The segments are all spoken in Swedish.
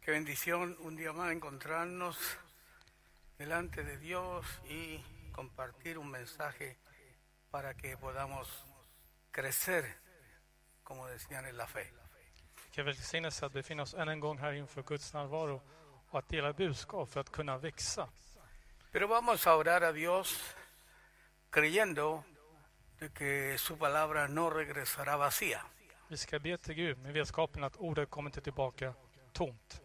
Qué bendición un día más encontrarnos delante de Dios y compartir un mensaje para que podamos crecer, como decían, en la fe. Vilken välsignelse att befinna oss än en gång här inför Guds närvaro och att dela budskap för att kunna växa. Pero vamos a orar a Dios creyendo de que su palabra no regresará vacía. Vi ska be till Gud med vetskapen att ordet kommer inte tillbaka tomt.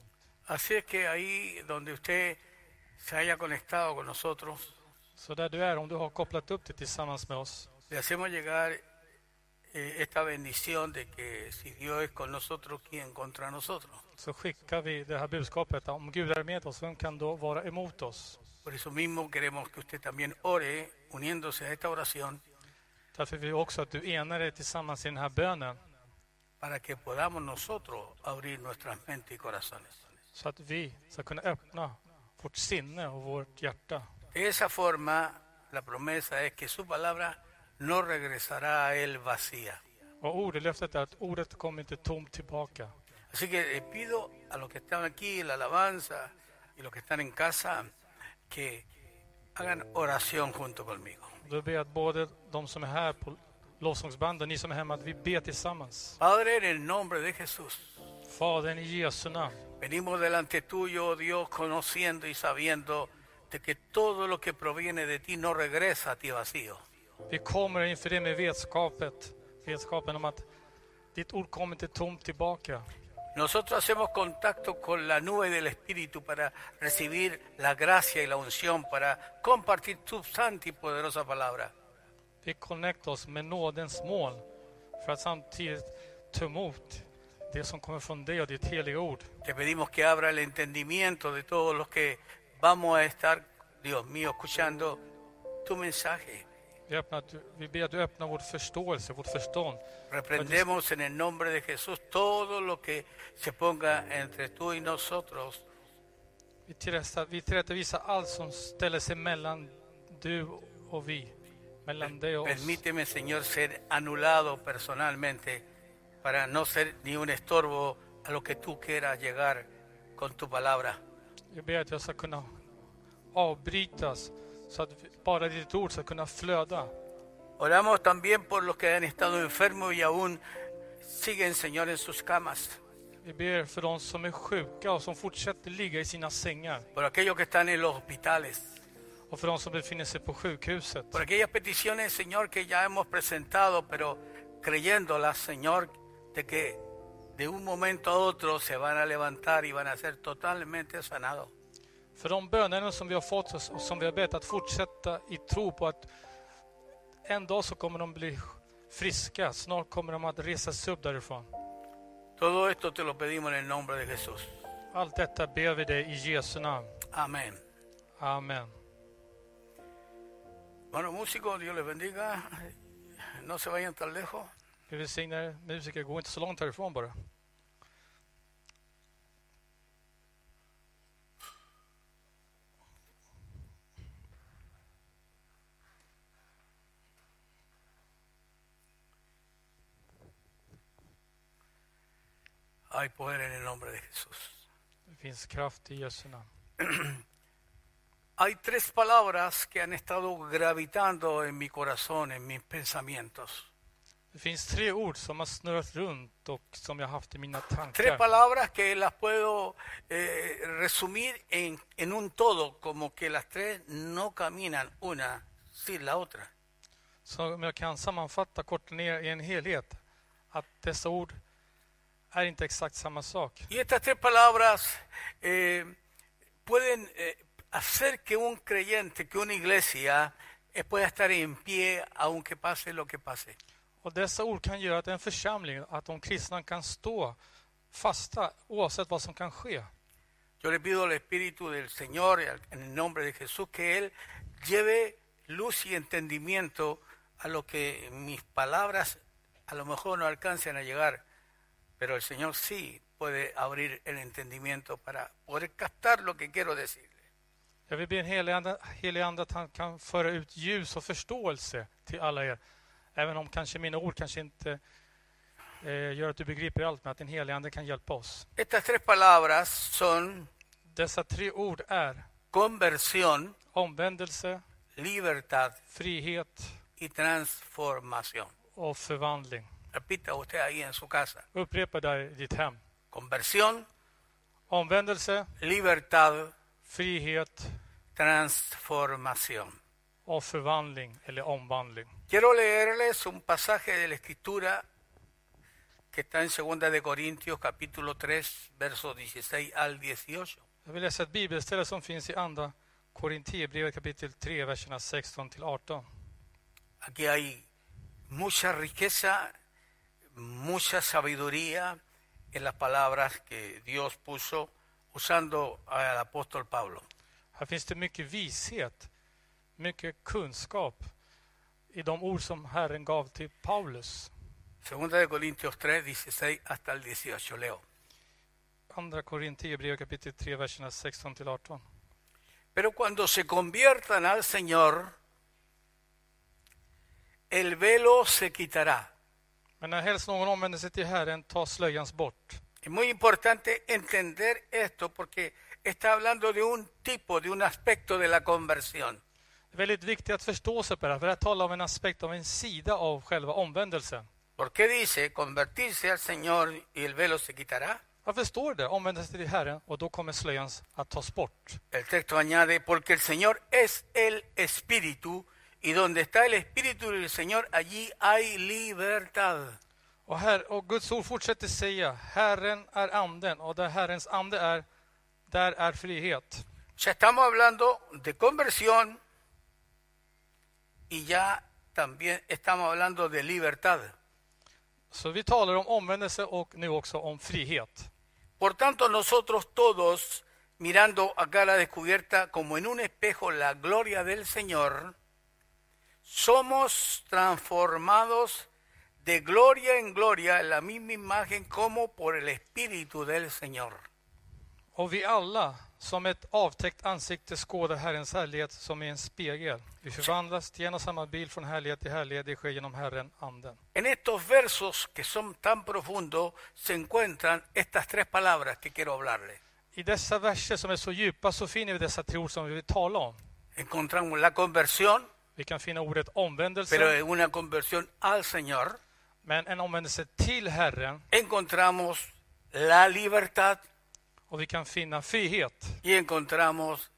Así es que ahí donde usted se haya conectado con nosotros, Så där du är, om du har kopplat upp dig tillsammans med oss, le hacemos llegar eh, esta bendición de que si Dios es con nosotros, ¿quién contra nosotros? så skickar vi det här budskapet. Om Gud är med oss, vem kan då vara emot oss? Por eso mismo queremos que usted también ore uniéndose a esta oración Därför vill vi också att du enar dig tillsammans i den här bönen, para que podamos nosotros abrir nuestras mentes y corazones. så att vi ska kunna öppna vårt sinne och vårt hjärta. De esa forma, la promesa es que su palabra no regresará a él vacía. Och ordet, löftet är att ordet kommer inte tomt tillbaka. Así que le pido a los que están aquí en la alabanza y los que están en casa que hagan oración junto conmigo. Då ber jag att både de som är här på lovsångsbanden och ni som är hemma, att vi ber tillsammans. Padre, en el nombre de Jesús, Fadern, i Jesu namn. venimos delante tuyo, oh Dios, conociendo y sabiendo de que todo lo que proviene de ti no regresa a ti vacío. Vi kommer inför dig med vetskapet, vetskapen om att ditt ord kommer inte tomt tillbaka. Nosotros hacemos contacto con la nube del Espíritu para recibir la gracia y la unción, para compartir tu santa y poderosa palabra. Vi connectar oss med nådens moln för att samtidigt ta emot det som kommer från dig och ditt heliga ord. Te pedimos que abra el entendimiento de todos los que vamos a estar, Dios mío, escuchando tu mensaje. Vi, öppnar, att du- vi ber att du öppnar vår förståelse, vårt förstånd. Reprendemos en el nombre de Jesús todo lo que se ponga entre tú y nosotros. Vi tillrätta- vi tillrättavisar allt som ställer sig mellan du och vi, mellan dig och oss. Permíteme, Señor, ser anulado personalmente para no ser ni un estorbo a lo que tú quieras llegar con tu palabra. Jag ber att jag ska kunna avbrytas så att vi- bara ditt ord ska kunna flöda. Oramos también por los que han estado enfermos y aún siguen, Señor, en sus camas. Vi ber för de som är sjuka och som fortsätter ligga i sina sängar Por aquellos que están en los hospitales. och för de som befinner sig på sjukhuset. Por aquellas peticiones, Señor, que ya hemos presentado, pero creyéndolas, Señor, de que de un momento a otro se van a levantar y van a ser totalmente sanados. För de bönerna som vi har fått och som vi har bett att fortsätta i tro på att en dag så kommer de bli friska. Snart kommer de att resa sig upp därifrån. Todo esto te lo pedimos en el nombre de Jesús. Allt detta ber vi dig i Jesu namn. Amén. Amen. Bueno, músicos, Dios les bendiga. No se vayan tan lejos. Gud välsigne er musiker, gå inte så långt härifrån bara. Hay poder en el nombre de Jesús. Det finns kraft i Jesu namn. Hay tres palabras que han estado gravitando en mi corazón, en mis pensamientos. Det finns tre ord som har snurrat runt och som jag haft i mina Tres tankar. palabras que las puedo eh, resumir en, en un todo, como que las tres no caminan una sin la otra. Som jag kan sammanfatta kort ner i en helhet. Att dessa ord är inte exakt samma sak. Y estas tres palabras eh, pueden eh, hacer que un creyente, que una iglesia eh, pueda estar en pie aunque pase lo que pase. Och dessa ord kan göra att en församling, att de kristna kan stå fasta oavsett vad som kan ske. Yo le pido al Espíritu del Señor, y al- en el nombre de Jesús, que Él lleve luz y entendimiento a lo que mis palabras a lo mejor no alcancen a llegar, pero el Señor sí puede abrir el entendimiento para poder captar lo que quiero decirle. Jag vill be en helig ande, helig ande att han kan föra ut ljus och förståelse till alla er. Även om kanske mina ord kanske inte eh, gör att du begriper allt med att den helige Ande kan hjälpa oss. Estas tres palabras son Dessa tre ord är conversión, omvändelse, libertad frihet y transformación. och förvandling. Repita usted ahí en su casa. Upprepa det i ditt hem. Conversión, Omvändelse, libertad, frihet transformación. och förvandling eller omvandling. Quiero leerles un pasaje de la Escritura que está en 2 de Corintios capítulo 3, versos 16 al 18. Jag vill läsa ett bibelställe som finns i Andra Korinthierbrevet kapitel 3, verserna 16 till 18. Aquí hay mucha riqueza, mucha sabiduría en las palabras que Dios puso usando al apóstol Pablo. Här finns det mycket vishet, mycket kunskap i de ord som Herren gav till Paulus. Segunda de Corintios 3, 16 hasta el 18. Leo. Andra Korinthierbrevet kapitel 3, verserna 16 till 18. Pero cuando se conviertan al Señor, el velo se quitará. Men när helst någon omvänder sig till Herren tas slöjans bort. Es muy importante entender esto porque está hablando de un tipo, de un aspecto de la conversión. Det är väldigt viktigt att förstå sig på det här, för det här talar om en aspekt av en sida av själva omvändelsen. ¿Por qué dice convertirse al Señor y el velo se quitará? Varför står det omvända sig till Herren och då kommer slöjan att tas bort? El texto añade, porque el Señor es el Espíritu, y donde está el Espíritu del Señor, allí hay libertad. Och, här, och Guds ord fortsätter säga, Herren är anden och där Herrens ande är, där är frihet. Ya estamos hablando de conversión y ya también estamos hablando de libertad. Så vi talar om omvändelse och nu också om frihet. Por tanto, nosotros todos, mirando acá a la descubierta como en un espejo la gloria del Señor, somos transformados de gloria en gloria en la misma imagen como por el Espíritu del Señor. Och vi alla som ett avtäckt ansikte skådar Herrens härlighet som i en spegel. Vi förvandlas till en och samma bild från härlighet till härlighet. Det sker genom Herren, anden. En estos versos que son tan profundos se encuentran estas tres palabras que quiero hablarles. I dessa verser som är så djupa så finner vi dessa tre ord som vi vill tala om. Encontramos la conversión, Vi kan finna ordet pero omvändelse, es una conversión al Señor. men en omvändelse till Herren Encontramos la libertad och vi kan finna frihet. y encontramos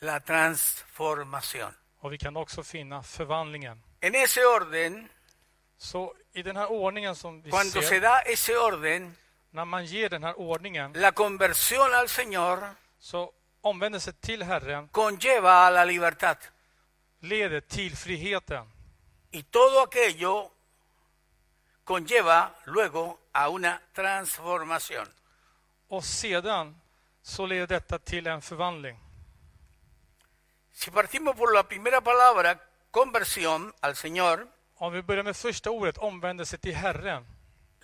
la transformación. Och vi kan också finna förvandlingen. En ese orden, Så i den här ordningen som vi cuando se ser, da ese orden, när man ger den här ordningen, la conversión al Señor så omvändelse till Herren conlleva a la libertad. leder till friheten. Y todo aquello conlleva luego a una transformación. Och sedan så leder detta till en förvandling. Si partimos por la primera palabra, conversión al Señor, Om vi börjar med första ordet, omvändelse till Herren.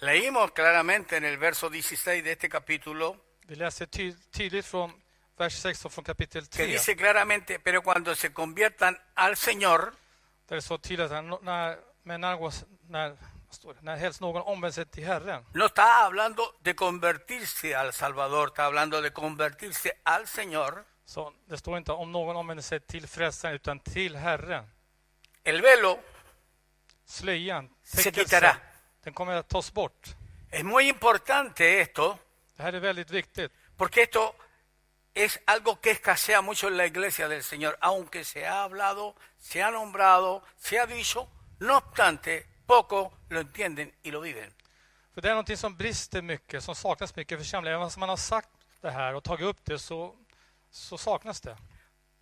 Leímos claramente en el verso 16 de este capítulo Vi läser ty tydligt från vers 16 från kapitel que 3. dice claramente, pero cuando se conviertan al Señor, Där det står tydligt att när- när, men när, någon- när, vad står det? när helst någon omvänder sig till Herren. no está hablando de convertirse al Salvador, está hablando de convertirse al Señor. Så det står inte om någon omvänder sig till frälsaren utan till Herren. El velo Slöjan, Se täckelsen, quitará. den kommer att tas bort. es muy importante esto, Det här är väldigt viktigt. porque esto es algo que escasea mucho en la iglesia del Señor, aunque se ha hablado, se ha nombrado, se ha dicho, no obstante, poco lo entienden y lo viven. För det är någonting som brister mycket, som saknas mycket i församlingen. Även om man har sagt det här och tagit upp det så, så saknas det.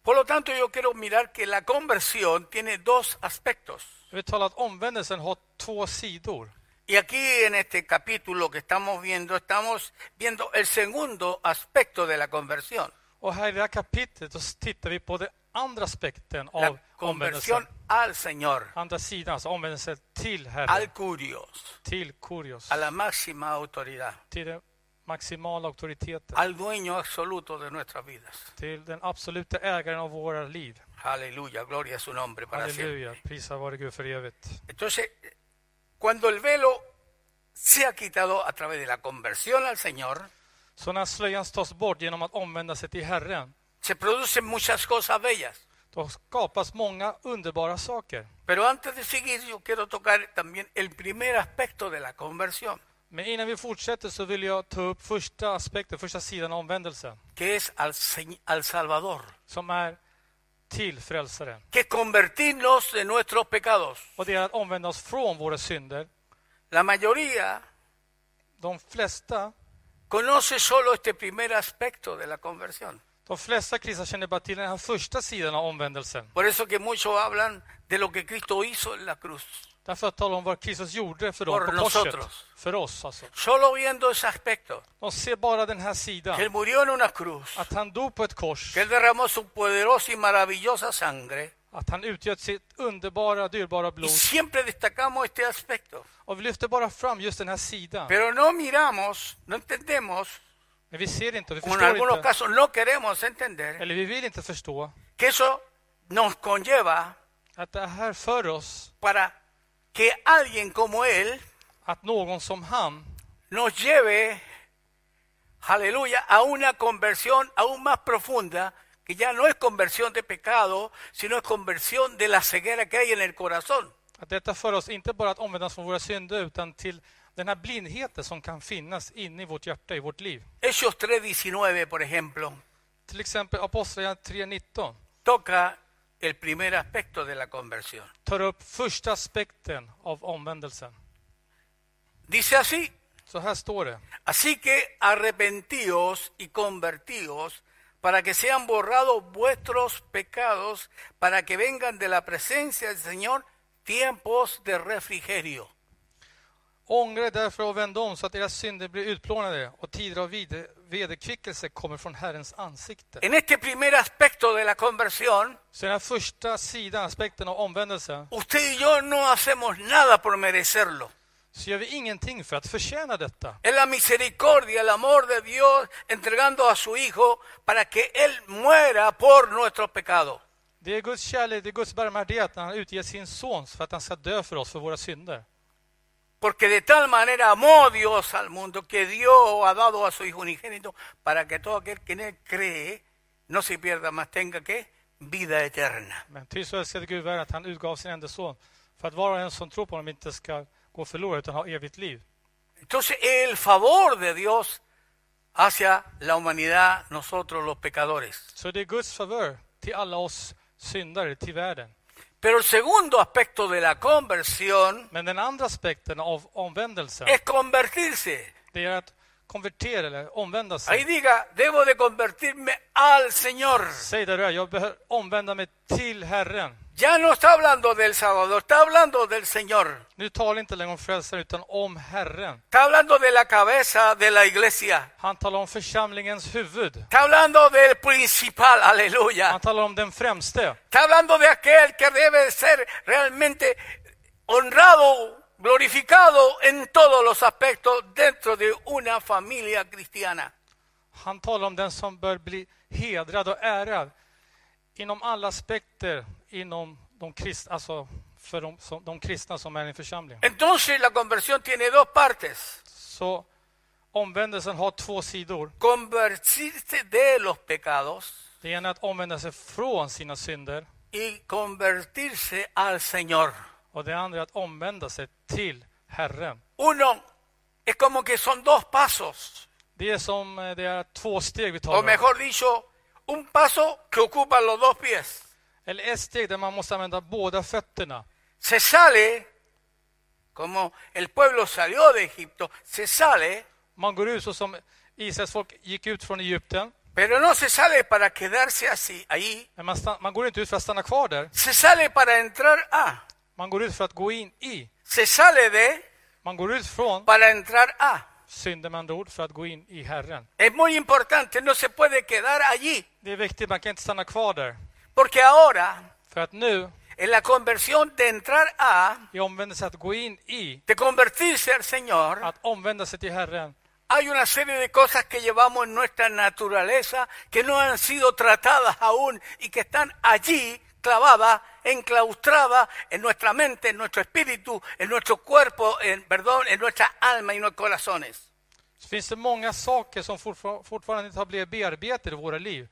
Por lo tanto, yo quiero mirar que la conversión tiene dos aspectos. Jag vill tala att omvändelsen har två sidor. Y aquí en este capítulo que estamos viendo, estamos viendo el segundo aspecto de la conversión. Och här i det här kapitlet så tittar vi på den andra aspekten av La omvändelsen. conversión al Señor, Andra sidan, alltså omvändelsen till Herren, al Curios, till Kurios, a la máxima autoridad, till den maximala auktoriteten, al dueño absoluto de nuestras vidas. till den absoluta ägaren av våra liv. Aleluya, gloria a su nombre para siempre. Halleluja, prisad vare Gud för evigt. Entonces, cuando el velo se ha quitado a través de la conversión al Señor, Så när slöjan tas bort genom att omvända sig till Herren, se producen muchas cosas bellas. då skapas många underbara saker. Pero antes de seguir, yo quiero tocar también el primer aspecto de la conversión, Men innan vi fortsätter så vill jag ta upp första aspekten, första sidan av omvändelse, que es al, Señ- al Salvador, som är till frälsaren. que es convertirnos de nuestros pecados. Och det är att omvända oss från våra synder. La mayoría De flesta, conoce solo este primer aspecto de la conversión. de flesta kristna känner bara till den här första sidan av omvändelsen. Por eso que muchos hablan de lo que Cristo hizo en la cruz. Därför att tala om vad Kristus gjorde för dem För på nosotros. korset. För oss alltså. Solo viendo ese aspecto, De ser bara den här sidan. que Él murió en una cruz, Att han dog på ett kors. que Él derramó su poderosa y maravillosa sangre. Att han utgöt sitt underbara, dyrbara Y blod. siempre destacamos este aspecto. Och vi lyfter bara fram just den här sidan. Pero no miramos, no entendemos, Men vi ser inte, vi o en förstår algunos inte. casos no queremos entender, Eller vi vill inte förstå. que eso nos conlleva Att det här för oss, para que alguien como Él att någon som han nos lleve, aleluya, a una conversión aún más profunda, que ya no es conversión de pecado, sino es conversión de la ceguera que hay en el corazón. Att detta för oss inte bara att omvändas från våra synder utan till den här blindheten som kan finnas inne i vårt hjärta, i vårt liv. Hechos 3.19, por ejemplo, Till exempel Apostlagärningarna 3.19 toca el primer aspecto de la conversión. tar upp första aspekten av omvändelsen. Dice así, Så här står det. así que arrepentíos y convertíos para que sean borrados vuestros pecados, para que vengan de la presencia del Señor tiempos de refrigerio. Ångra er därför och vänd om så att era synder blir utplånade och tider av vide- vederkvickelse kommer från Herrens ansikte. En este primer aspecto de la conversión, Så den här första sidan, aspekten av omvändelsen, usted y yo no hacemos nada por merecerlo. så gör vi ingenting för att förtjäna detta. Es la misericordia, el amor de Dios entregando a su Hijo para que Él muera por nuestros pecados. Det är Guds kärlek, det är Guds barmhärtighet när han utger sin son för att han ska dö för oss, för våra synder. Porque de tal manera amó Dios al mundo que Dios ha dado a su Hijo unigénito para que todo aquel que en Él cree no se pierda más, tenga que vida eterna. Men ty så älskade Gud världen att han utgav sin enda son för att var och en som tror på honom inte ska gå förlorad utan ha evigt liv. Entonces el favor de Dios hacia la humanidad, nosotros los pecadores. Så det är Guds favör till alla oss syndare, till världen. Pero el segundo aspecto de la conversión Men den andra aspekten av omvändelsen, es convertirse. det är att konvertera eller omvända Ahí sig. diga, debo de convertirme al Señor. Säg där du är, jag behöver omvända mig till Herren. Ya no está hablando del Salvador, está hablando del Señor. Nu talar inte längre om frälsaren utan om Herren. Está hablando de la cabeza de la iglesia. Han talar om församlingens huvud. Está hablando del principal, aleluya. Han talar om den främste. Está hablando de aquel que debe ser realmente honrado, glorificado en todos los aspectos dentro de una familia cristiana. Han talar om den som bör bli hedrad och ärad inom alla aspekter inom de kristna, alltså för de, som, de kristna som är i en församling. Entonces la conversión tiene dos partes. Så omvändelsen har två sidor. convertirse de los pecados Det ena är att omvända sig från sina synder y convertirse al Señor. och det andra är att omvända sig till Herren. Uno es como que son dos pasos, Det är som eh, det är två steg vi o talar om. mejor dicho, un paso que ocupan los dos pies. Eller ett steg där man måste använda båda fötterna. Se sale, como el pueblo salió de Egipto, se sale, Man går ut så som Israels folk gick ut från Egypten. pero no se sale para quedarse así, ahí. Men man, stann, man går inte ut för att stanna kvar där. Se sale para entrar a, Man går ut för att gå in i. se sale de Man går ut från para entrar a. synden med andra ord för att gå in i Herren. Es muy importante, no se puede quedar allí, Det är viktigt, man kan inte stanna kvar där. porque ahora För att nu En la conversión de entrar a, i omvändelse att gå in i, de convertirse al Señor, att omvända sig till Herren. hay una serie de cosas que llevamos en nuestra naturaleza que no han sido tratadas aún y que están allí clavada, enclaustrada en nuestra mente, en nuestro espíritu, en nuestro cuerpo, en, perdón, en nuestra alma y en nuestros corazones. Så finns det många saker som fortfar- fortfarande inte har blivit bearbetade i våra liv.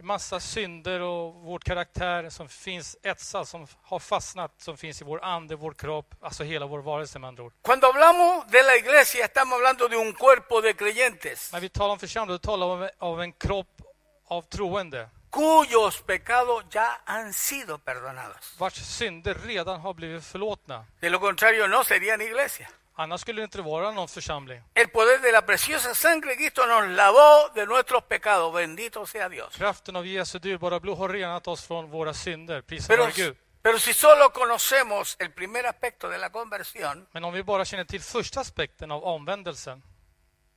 En massa synder och vår karaktär som finns etsad, som har fastnat, som finns i vår ande, vår kropp, alltså hela vår varelse med andra ord. Cuando hablamos de la iglesia estamos hablando de un cuerpo de creyentes När vi talar om församling, då talar vi om, av en kropp av troende cuyos pecados ya han sido perdonados. vars synder redan har blivit förlåtna. De lo contrario no serían iglesia. Annars skulle det inte vara någon församling. El poder de la preciosa sangre de Cristo nos lavó de nuestros pecados. Bendito sea Dios. Kraften av Jesu dyrbara blod har renat oss från våra synder, prisad Pero, vare Gud. pero si solo conocemos el primer aspecto de la conversión, Men om vi bara känner till första aspekten av omvändelsen,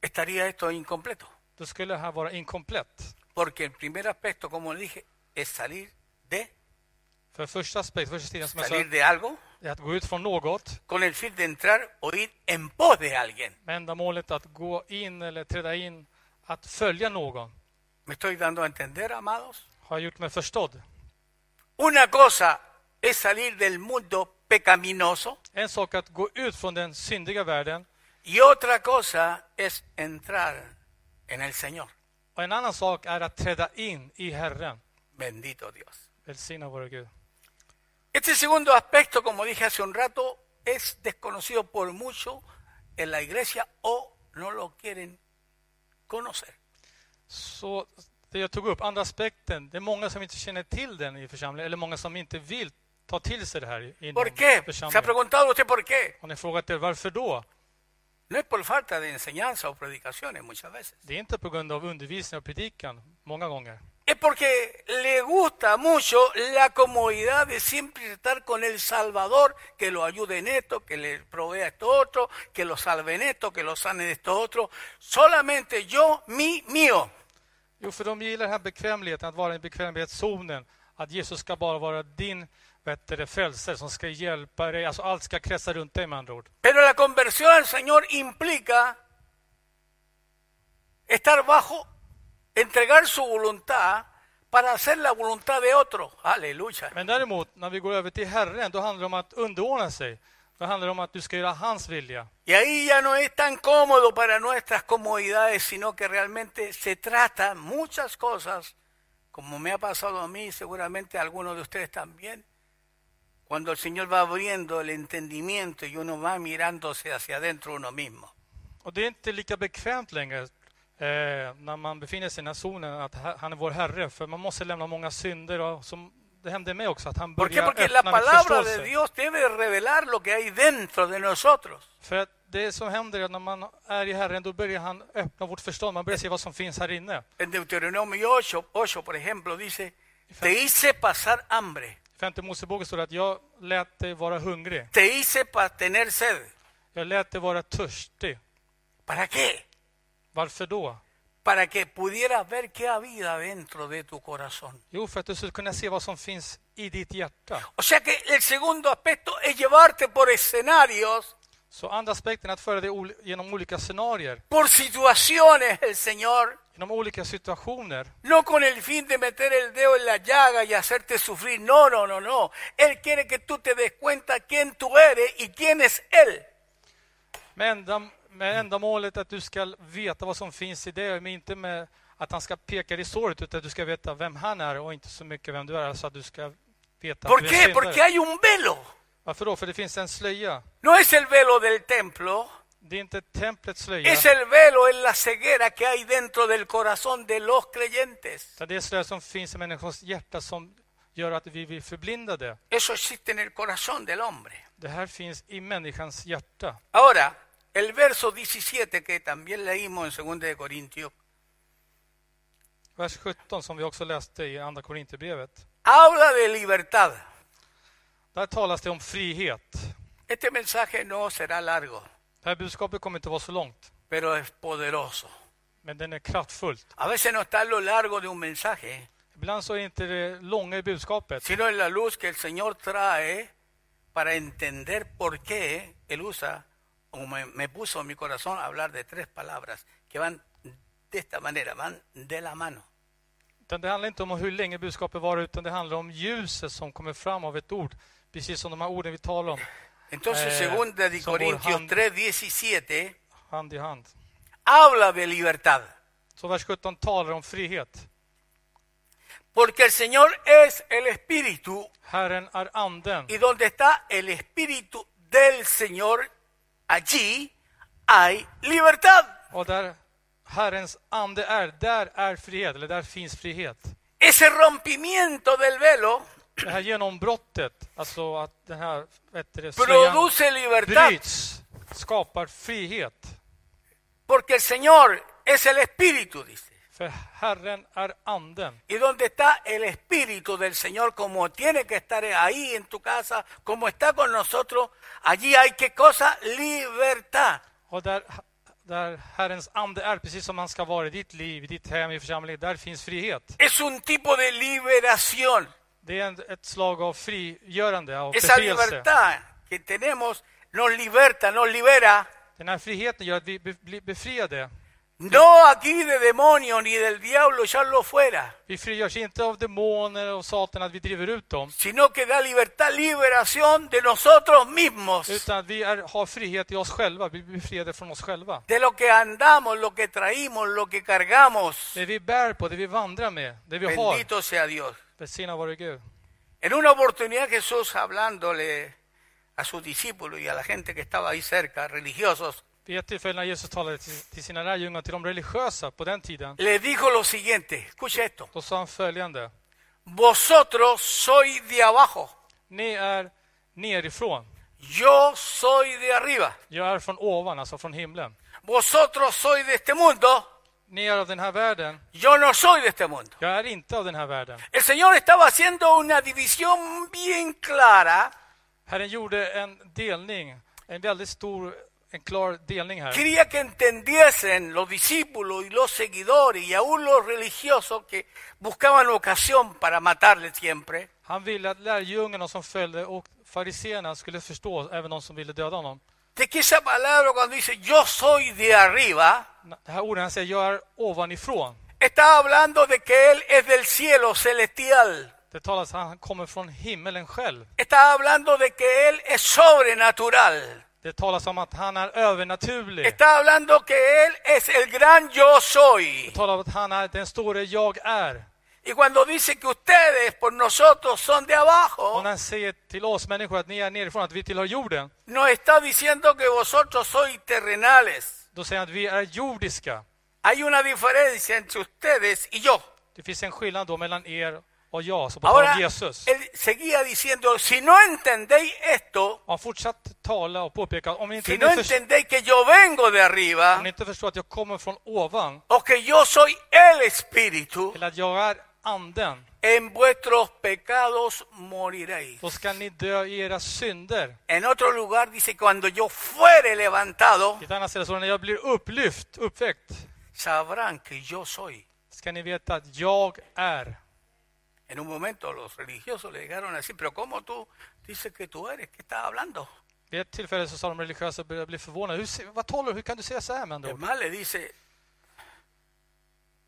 estaría esto incompleto. då skulle det här vara inkomplett. Porque el primer aspecto, como le dije, es salir de, För första aspekt, första sidan som jag sa, salir de algo är att gå ut från något con el fin de entrar o ir en pos de alguien. med ändamålet att gå in eller träda in, att följa någon. ¿Me estoy dando a entender, amados? Har jag gjort mig förstådd? Una cosa es salir del mundo pecaminoso En sak är att gå ut från den syndiga världen y otra cosa es entrar en el Señor. och en annan sak är att träda in i Herren. Bendito Dios. Välsigna våra Gud. Este segundo aspecto, como dije hace un rato, es desconocido por muchos en la iglesia o no lo quieren conocer. Så det jag tog upp, andra aspekten, det är många som inte känner till den i församlingen, eller många som inte vill ta till sig det här i- inom ¿Por qué? ¿Se ha församlingen. preguntado usted por qué? Har ni frågat er varför då? No es por falta de enseñanza o predicaciones muchas veces. Det är inte på grund av undervisning och predikan, många gånger. Es porque le gusta mucho la comodidad de siempre estar con el Salvador, que lo ayude en esto, que le provea esto otro, que lo salve en esto, que lo sane de esto otro. Solamente yo, mi, mío. Jo, för de gillar den här bekvämligheten, att vara i bekvämlighetszonen. Att Jesus ska bara vara din bättre frälsare som ska hjälpa dig. Alltså allt ska kretsa runt dig med andra ord. Pero la conversión al Señor implica estar bajo, entregar su voluntad para hacer la voluntad de otro. Aleluya. Men däremot, när vi går över till Herren, då handlar det om att underordna sig. Då handlar det om att du ska göra hans vilja. Y ahí ya no es tan cómodo para nuestras comodidades, sino que realmente se trata muchas cosas, como me ha pasado a mí, seguramente a algunos de ustedes también. Cuando el Señor va abriendo el entendimiento y uno va mirándose hacia adentro uno mismo. Och det är inte lika bekvämt längre eh, när man befinner sig i den här zonen, att he- han är vår Herre. För man måste lämna många synder. Och som, det hände mig också, att han ¿Por qué? börjar Porque la öppna min palabra de förståelse. Dios debe revelar lo que hay dentro de nosotros. För att det som händer är att när man är i Herren, då börjar han öppna vårt förstånd. Man börjar se vad som finns här inne. En Deuteronomio 8, 8, por ejemplo, dice, te hice pasar hambre, I femte Moseboken står det att jag lät dig vara hungrig. te hice para tener sed. Jag lät dig vara törstig. ¿Para qué? Varför då? Para que pudieras ver qué había dentro de tu corazón. Jo, för att du skulle kunna se vad som finns i ditt hjärta. O sea que el segundo aspecto es llevarte por escenarios, Så andra aspekten är att föra dig ol- genom olika scenarier, por situaciones, el Señor, genom olika situationer. no con el fin de meter el dedo en la llaga y hacerte sufrir. No, no, no, no. Él quiere que tú te des cuenta quién tú eres y quién es Él. Med, enda, med ändamålet att du ska veta vad som finns i dig, men inte med att han ska peka dig i såret, utan att du ska veta vem han är och inte så mycket vem du är, så att du ska veta ¿Por att du är qué? syndare. Porque hay un velo. Varför då? För det finns en slöja. No es el velo del templo, Det är inte templets slöja, es el velo, es la ceguera que hay dentro del corazón de los creyentes. utan det är slöja som finns i människors hjärta som gör att vi blir förblindade. Eso existe en el corazón del hombre. Det här finns i människans hjärta. Ahora, el verso 17 que también leímos en 2 de Corintios, Vers 17 som vi också läste i Andra Korinthierbrevet. habla de libertad. Där talas det om frihet. Este mensaje no será largo, Det här budskapet kommer inte vara så långt, pero es poderoso. men den är kraftfullt. A veces no está en lo largo de un mensaje, Ibland så är inte det långa i budskapet, sino en la luz que el Señor trae para entender por qué Él usa, o me, me puso en mi corazón hablar de tres palabras que van de esta manera, van de la mano. Utan det handlar inte om hur länge budskapet var utan det handlar om ljuset som kommer fram av ett ord. Precis som de här orden vi talar om, Entonces, Eh, segunda de son por Corintios hand. 3:17 hand i hand. habla de libertad, Så vers 17 talar om frihet. porque el Señor es el espíritu Herren är anden. y donde está el espíritu del Señor allí hay libertad. Och där Herrens ande är, där är frihet, eller där finns frihet. Ese rompimiento del velo Det här genombrottet, alltså att den här vet du, det, slöjan produce libertad, bryts, skapar frihet. porque el Señor es el espíritu, dice. För Herren är anden. Y donde está el Espíritu del Señor, como tiene que estar ahí en tu casa, como está con nosotros, allí hay que cosa, libertad. Och där, där Herrens ande är, precis som han ska vara i ditt liv, i ditt hem, i församlingen, där finns frihet. Es un tipo de liberación. Det är en, ett slag av frigörande, av Esa befrielse. libertad que tenemos nos liberta, nos libera. Den här friheten gör att vi be- blir befriade. No aquí de demonio ni del diablo, ya lo fuera, Vi frigörs inte av demoner och satan, att vi driver ut dem, sino que da libertad, liberación de nosotros mismos, utan att vi är, har frihet i oss själva, vi blir befriade från oss själva. de lo que andamos, lo que traímos, lo que cargamos. Det vi bär på, det vi vandrar med, det vi har. Bendito sea Dios. Välsignad vare Gud. En una oportunidad Jesús hablándole a sus discípulos y a la gente que estaba ahí cerca, religiosos, Vid ett tillfälle när Jesus talade till, till sina lärjungar, till de religiösa på den tiden, les dijo lo siguiente, escucha esto, då sa han följande. vosotros sois de abajo, Ni är nerifrån. yo soy de arriba, Jag är från ovan, alltså från himlen. vosotros sois de este mundo, Ni är av den här världen. yo no soy de este mundo. Jag är inte av den här världen. El Señor estaba haciendo una división bien clara, Herren gjorde en delning, en väldigt stor, en klar delning här. quería que entendiesen los discípulos y los seguidores y aún los religiosos que buscaban ocasión para matarle siempre. Han ville att lärjungarna som följde och fariseerna skulle förstå, även de som ville döda honom. de que esa palabra cuando dice yo soy de arriba, Det här ordet han säger, jag är ovanifrån. está hablando de que Él es del cielo celestial. Det talas han kommer från himmelen själv. Está hablando de que Él es sobrenatural. Det talas om att han är övernaturlig. Det Está hablando que Él es el gran yo soy. talas om att han är den store jag är. Y cuando dice que ustedes por nosotros son de Och abajo, när han säger till oss människor att ni är nerifrån, att vi tillhör jorden, nos está diciendo que vosotros sois terrenales. Då säger han att vi är jordiska. Hay una diferencia entre ustedes y yo. Det finns en skillnad då mellan er och jag, så på tal Ahora, om Jesus. Él seguía diciendo, si no entendéis esto, Och han fortsatt tala och påpeka, om ni inte, Si no ni förstår, entendéis que yo vengo de om arriba ni inte förstår att jag kommer från ovan, o que yo soy el Espíritu, eller att jag är anden, en vuestros pecados moriréis. då ska ni dö i era synder. En otro lugar dice, cuando yo fuere levantado, I ett annat ställe står det, när jag blir upplyft, uppväckt, sabrán que yo soy. ska ni veta att jag är. En un momento los religiosos le llegaron así, pero ¿cómo tú dices que tú eres? ¿Qué estás hablando? Vid ett tillfälle så sa de religiösa började bli förvånade. Hur, se- vad talar du? Hur kan du säga så här med andra Es ord? más, le dice,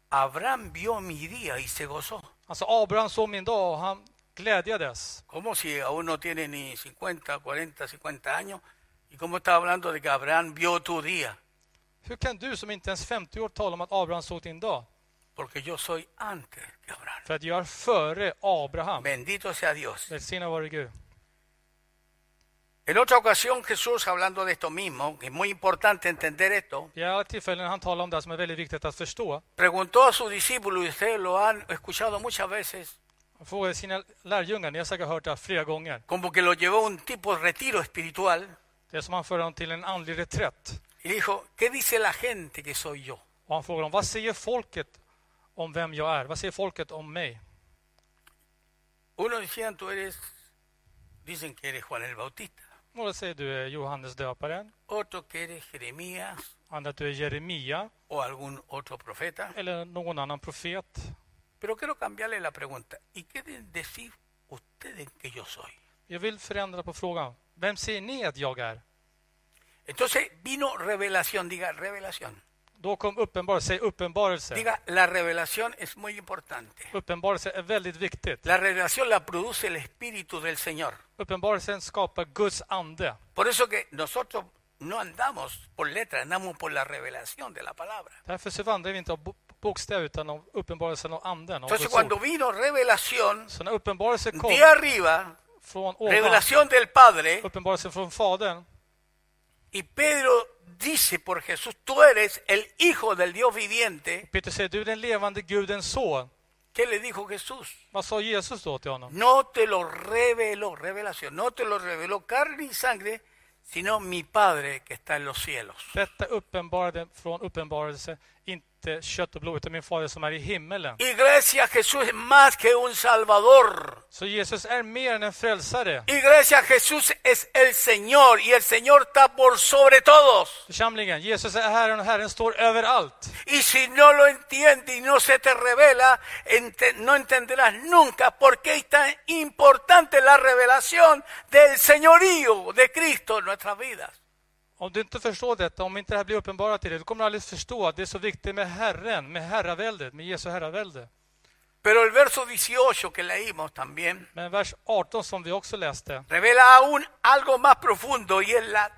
Abraham vio mi día y se gozó. Alltså, Abraham såg min dag och han glädjades. ¿Cómo si aún no tiene ni 50, 40, 50 años? ¿Y cómo está hablando de que Abraham vio tu día? Hur kan du som inte ens 50 år tala om att Abraham såg din dag? Porque yo soy antes que Abraham. För att jag är före Abraham. Bendito sea Dios. Välsignad vare Gud. En otra ocasión Jesús, hablando de esto mismo, que es muy importante entender esto, I alla tillfällen han talar om det här som är väldigt viktigt att förstå. preguntó a sus discípulos, y ustedes lo han escuchado muchas veces, Han frågade sina lärjungar, ni har säkert hört det här flera gånger. como que lo llevó a un tipo de retiro espiritual, Det är som han förde dem till en andlig reträtt. y dijo, ¿qué dice la gente que soy yo? Och han frågade dem, vad säger folket om vem jag är? Vad säger folket om mig? Uno decían, tú eres, dicen que eres Juan el Bautista, Några säger du är Johannes döparen, otro que eres Jeremías andra att du är Jeremia o algún otro profeta. eller någon annan profet. Pero quiero cambiarle la pregunta. ¿Y qué de- decís ustedes que yo soy? Jag vill förändra på frågan. Vem säger ni att jag är? Entonces vino revelación, diga revelación. Då kom uppenbarelse, säg uppenbarelse. Diga, la revelación es muy importante. Uppenbarelse är väldigt viktigt. La revelación la produce el Espíritu del Señor. Uppenbarelsen skapar Guds ande. Por eso que nosotros no andamos por letra, andamos por la revelación de la palabra. Därför så vandrar vi inte av bo- bokstäver utan av uppenbarelsen av anden. Av Entonces Guds ord. cuando vino revelación Så när uppenbarelse kom de arriba, från ovan, revelación del Padre, uppenbarelsen från Fadern, y Pedro dice por Jesús, tú eres el Hijo del Dios viviente, Peter säger du är den levande Gudens son. ¿qué le dijo Jesús? Vad sa Jesus då till honom? No te lo reveló, revelación, no te lo reveló carne y sangre, sino mi Padre que está en los cielos. Detta uppenbarade från uppenbarelse, inte kött och blod, utan min fader som är i himmelen. Iglesia, Jesús es más que un Salvador. Så Jesus är mer än en frälsare. Iglesia, Jesús es el Señor y el Señor está por sobre todos. Församlingen, Jesus är Herren och Herren står överallt. Y si no lo entiende y no se te revela, ente- no entenderás nunca por qué es tan importante la revelación del señorío de Cristo en nuestras vidas. Om du inte förstår detta, om inte det här blir uppenbarat till dig, då kommer du aldrig förstå att det är så viktigt med Herren, med herraväldet, med Jesu herravälde. Pero el verso 18 que leímos también Men vers 18 som vi också läste, revela aún algo más profundo y es la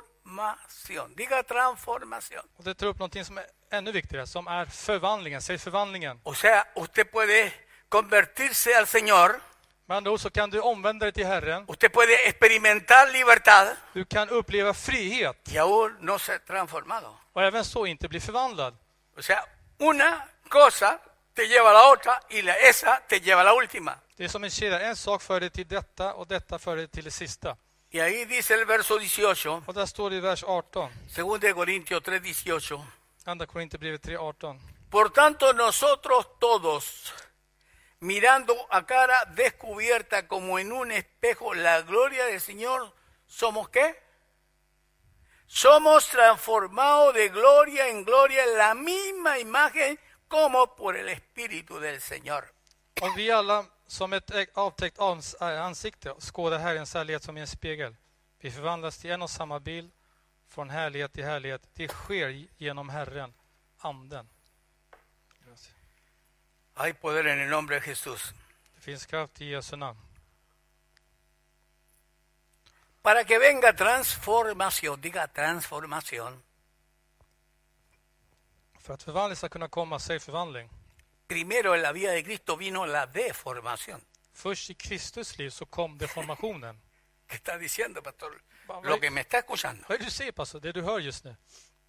transformación. Diga transformación. och det tar upp någonting som är ännu viktigare, som är förvandlingen. Säg förvandlingen. O sea, usted puede convertirse al Señor, Med andra ord så kan du omvända dig till Herren. usted puede experimentar libertad Du kan uppleva frihet y aún no ser transformado. och även så inte bli förvandlad. O sea, una cosa te lleva a la otra y la, esa te lleva a la última. Det är som en kedja, en sak för dig till detta och detta för dig till det sista. Y ahí dice el verso 18, Och där står det i vers 18, 2 de Corintios 3, 18. Andra Korinthierbrevet 3.18. Por tanto, nosotros todos, mirando a cara descubierta como en un espejo la gloria del Señor, ¿somos qué? Somos transformados de gloria en gloria en la misma imagen como por el Espíritu del Señor. Och vi alla som ett ä- avtäckt ans- ä- ansikte skådar Herrens härlighet som i en spegel. Vi förvandlas till en och samma bild, från härlighet till härlighet. Det sker genom Herren, Anden. Hay poder en el nombre de Jesús. Det finns kraft i Jesu namn. Para que venga transformación, diga transformación, För att förvandling ska kunna komma, säg förvandling. primero en la vida de Cristo vino la deformación. Först i Kristus liv så kom deformationen. ¿Qué está diciendo, pastor? Vamos. Lo que me está escuchando. Vad är det du säger pastor? Det du hör just nu.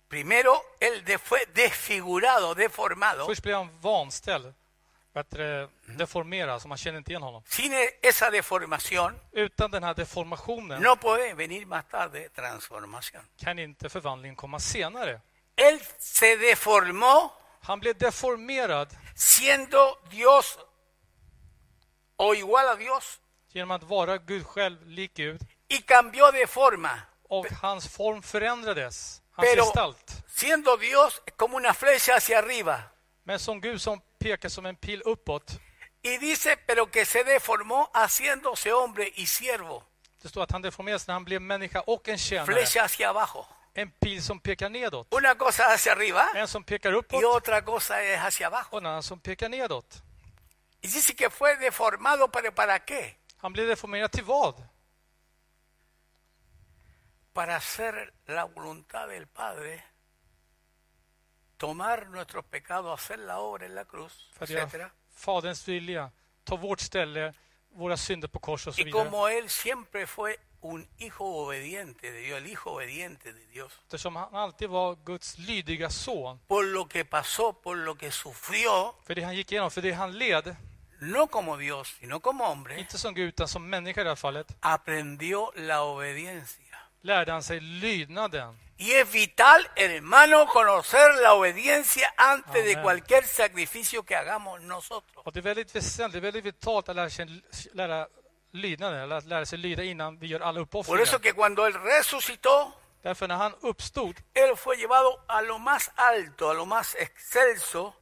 Primero, él de- fue desfigurado, deformado. Först blir han vanställd, bättre deformerad, så man känner inte igen honom. Sin e- esa deformación Utan den här deformationen no puede venir más tarde transformación. kan inte förvandlingen komma senare. Él se deformó Han blev deformerad siendo Dios o igual a Dios genom att vara Gud själv, lik Gud. y cambió de forma. Och hans form förändrades, hans Pero- gestalt. Siendo Dios es como una flecha hacia arriba. Men som Gud som pekar som en pil uppåt. Y dice, pero que se deformó haciéndose hombre y siervo. Det står att han deformerades när han blev människa och en tjänare. Flecha hacia abajo. En pil som pekar nedåt. Una cosa hacia arriba En som pekar y uppåt otra cosa es hacia abajo. och en annan som pekar nedåt. Y dice que fue deformado, pero ¿para qué? Han blev deformerad till vad? Para hacer la voluntad del Padre, tomar nuestros pecados, hacer la obra en la cruz, För att göra etcétera. Faderns vilja. Ta vårt ställe, våra synder på kors och så Y vidare. como Él siempre fue un hijo obediente de Dios, el hijo obediente de Dios, Eftersom han alltid var Guds lydiga son. por lo que pasó, por lo que sufrió, För det han gick igenom, för det han led, no como Dios, sino como hombre, inte som Gud utan som människa i det här fallet, aprendió la obediencia. lärde han sig lydnaden. Y es vital, hermano, conocer la obediencia antes de Amén. cualquier sacrificio que hagamos nosotros. Och det är väldigt väsentligt, väldigt vitalt att lära sig, lära lydnaden, eller att lära sig lyda innan vi gör alla Por uppoffringar. eso que cuando Él resucitó, Därför när han uppstod Él fue llevado a lo más alto, a lo más excelso,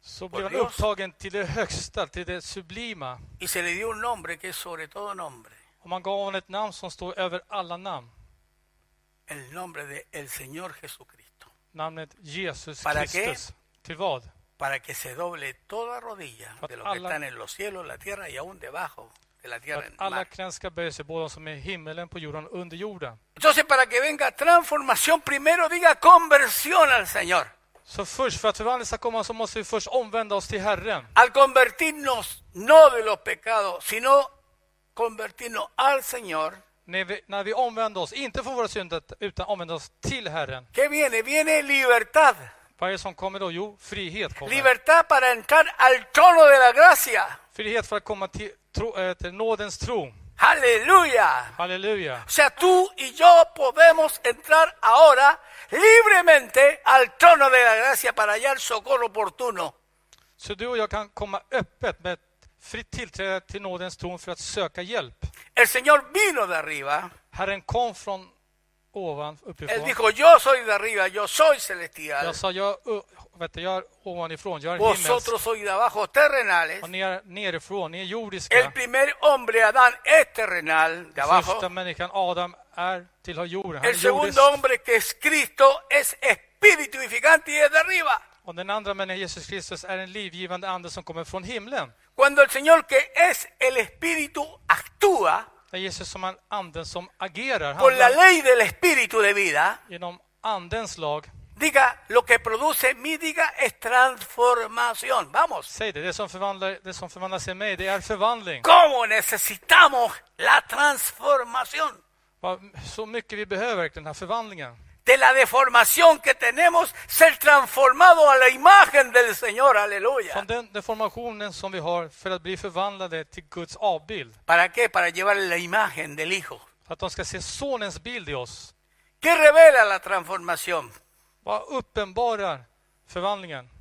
så Por blev han Dios. upptagen till det högsta, till det sublima. y se le dio un nombre que es sobre todo nombre, Och man gav honom ett namn som står över alla namn, el nombre de el Señor Jesucristo. namnet Jesus Para qué? Kristus. Till vad? para que se doble toda rodilla För att de los que alla- están en los cielos, la tierra y aún debajo de la För tierra. att en el alla mar. knän ska böja sig, både de som är i himmelen, på jorden och under jorden. Entonces, para que venga transformación, primero diga conversión al Señor. Så först, för att förvandling ska komma, så måste vi först omvända oss till Herren. Al convertirnos no de los pecados, sino convertirnos al Señor, När vi, när vi omvänder oss, inte från våra synder, utan omvänder oss till Herren. ¿qué viene? Viene libertad. Vad är det som kommer då? Jo, frihet kommer. Libertad para entrar al trono de la gracia. Frihet för att komma till, tro, eh, till nådens tro. Aleluya. Halleluja. O sea, tú y yo podemos entrar ahora libremente al trono de la gracia para hallar socorro oportuno. Så du och jag kan komma öppet med ett fritt tillträde till nådens tron för att söka hjälp. El Señor vino de arriba. Herren kom från ovan, Él uppifrån. dijo, yo soy de arriba, yo soy celestial. Jag sa, jag, ö- vet du, jag är ovanifrån, jag är himmelsk. Vosotros sois de abajo terrenales. Och ni är nerifrån, ni är jordiska. El primer hombre, Adán, es terrenal, de abajo. Första människan, Adam, är tillhör jorden. Han El är jordisk. segundo hombre, que es Cristo, es espíritu vivificante y es de arriba. Och den andra människan, Jesus Kristus, är en livgivande ande som kommer från himlen. Cuando el Señor, que es el espíritu, actúa Det är Jesus som är anden som agerar. con la handlar ley del espíritu de vida, Genom andens lag. diga, lo que produce mi diga es transformación. Vamos. Säg det, det som, förvandlar, det som förvandlas i mig, det är förvandling. ¿Cómo necesitamos la transformación? Vad- Så mycket vi behöver verkligen den här förvandlingen. de la deformación que tenemos, ser transformado a la imagen del Señor, aleluya. Från den deformationen som vi har för att bli förvandlade till Guds avbild. ¿Para qué? Para llevar la imagen del Hijo. För att de ska se Sonens bild i oss. ¿Qué revela la transformación? Vad uppenbarar förvandlingen?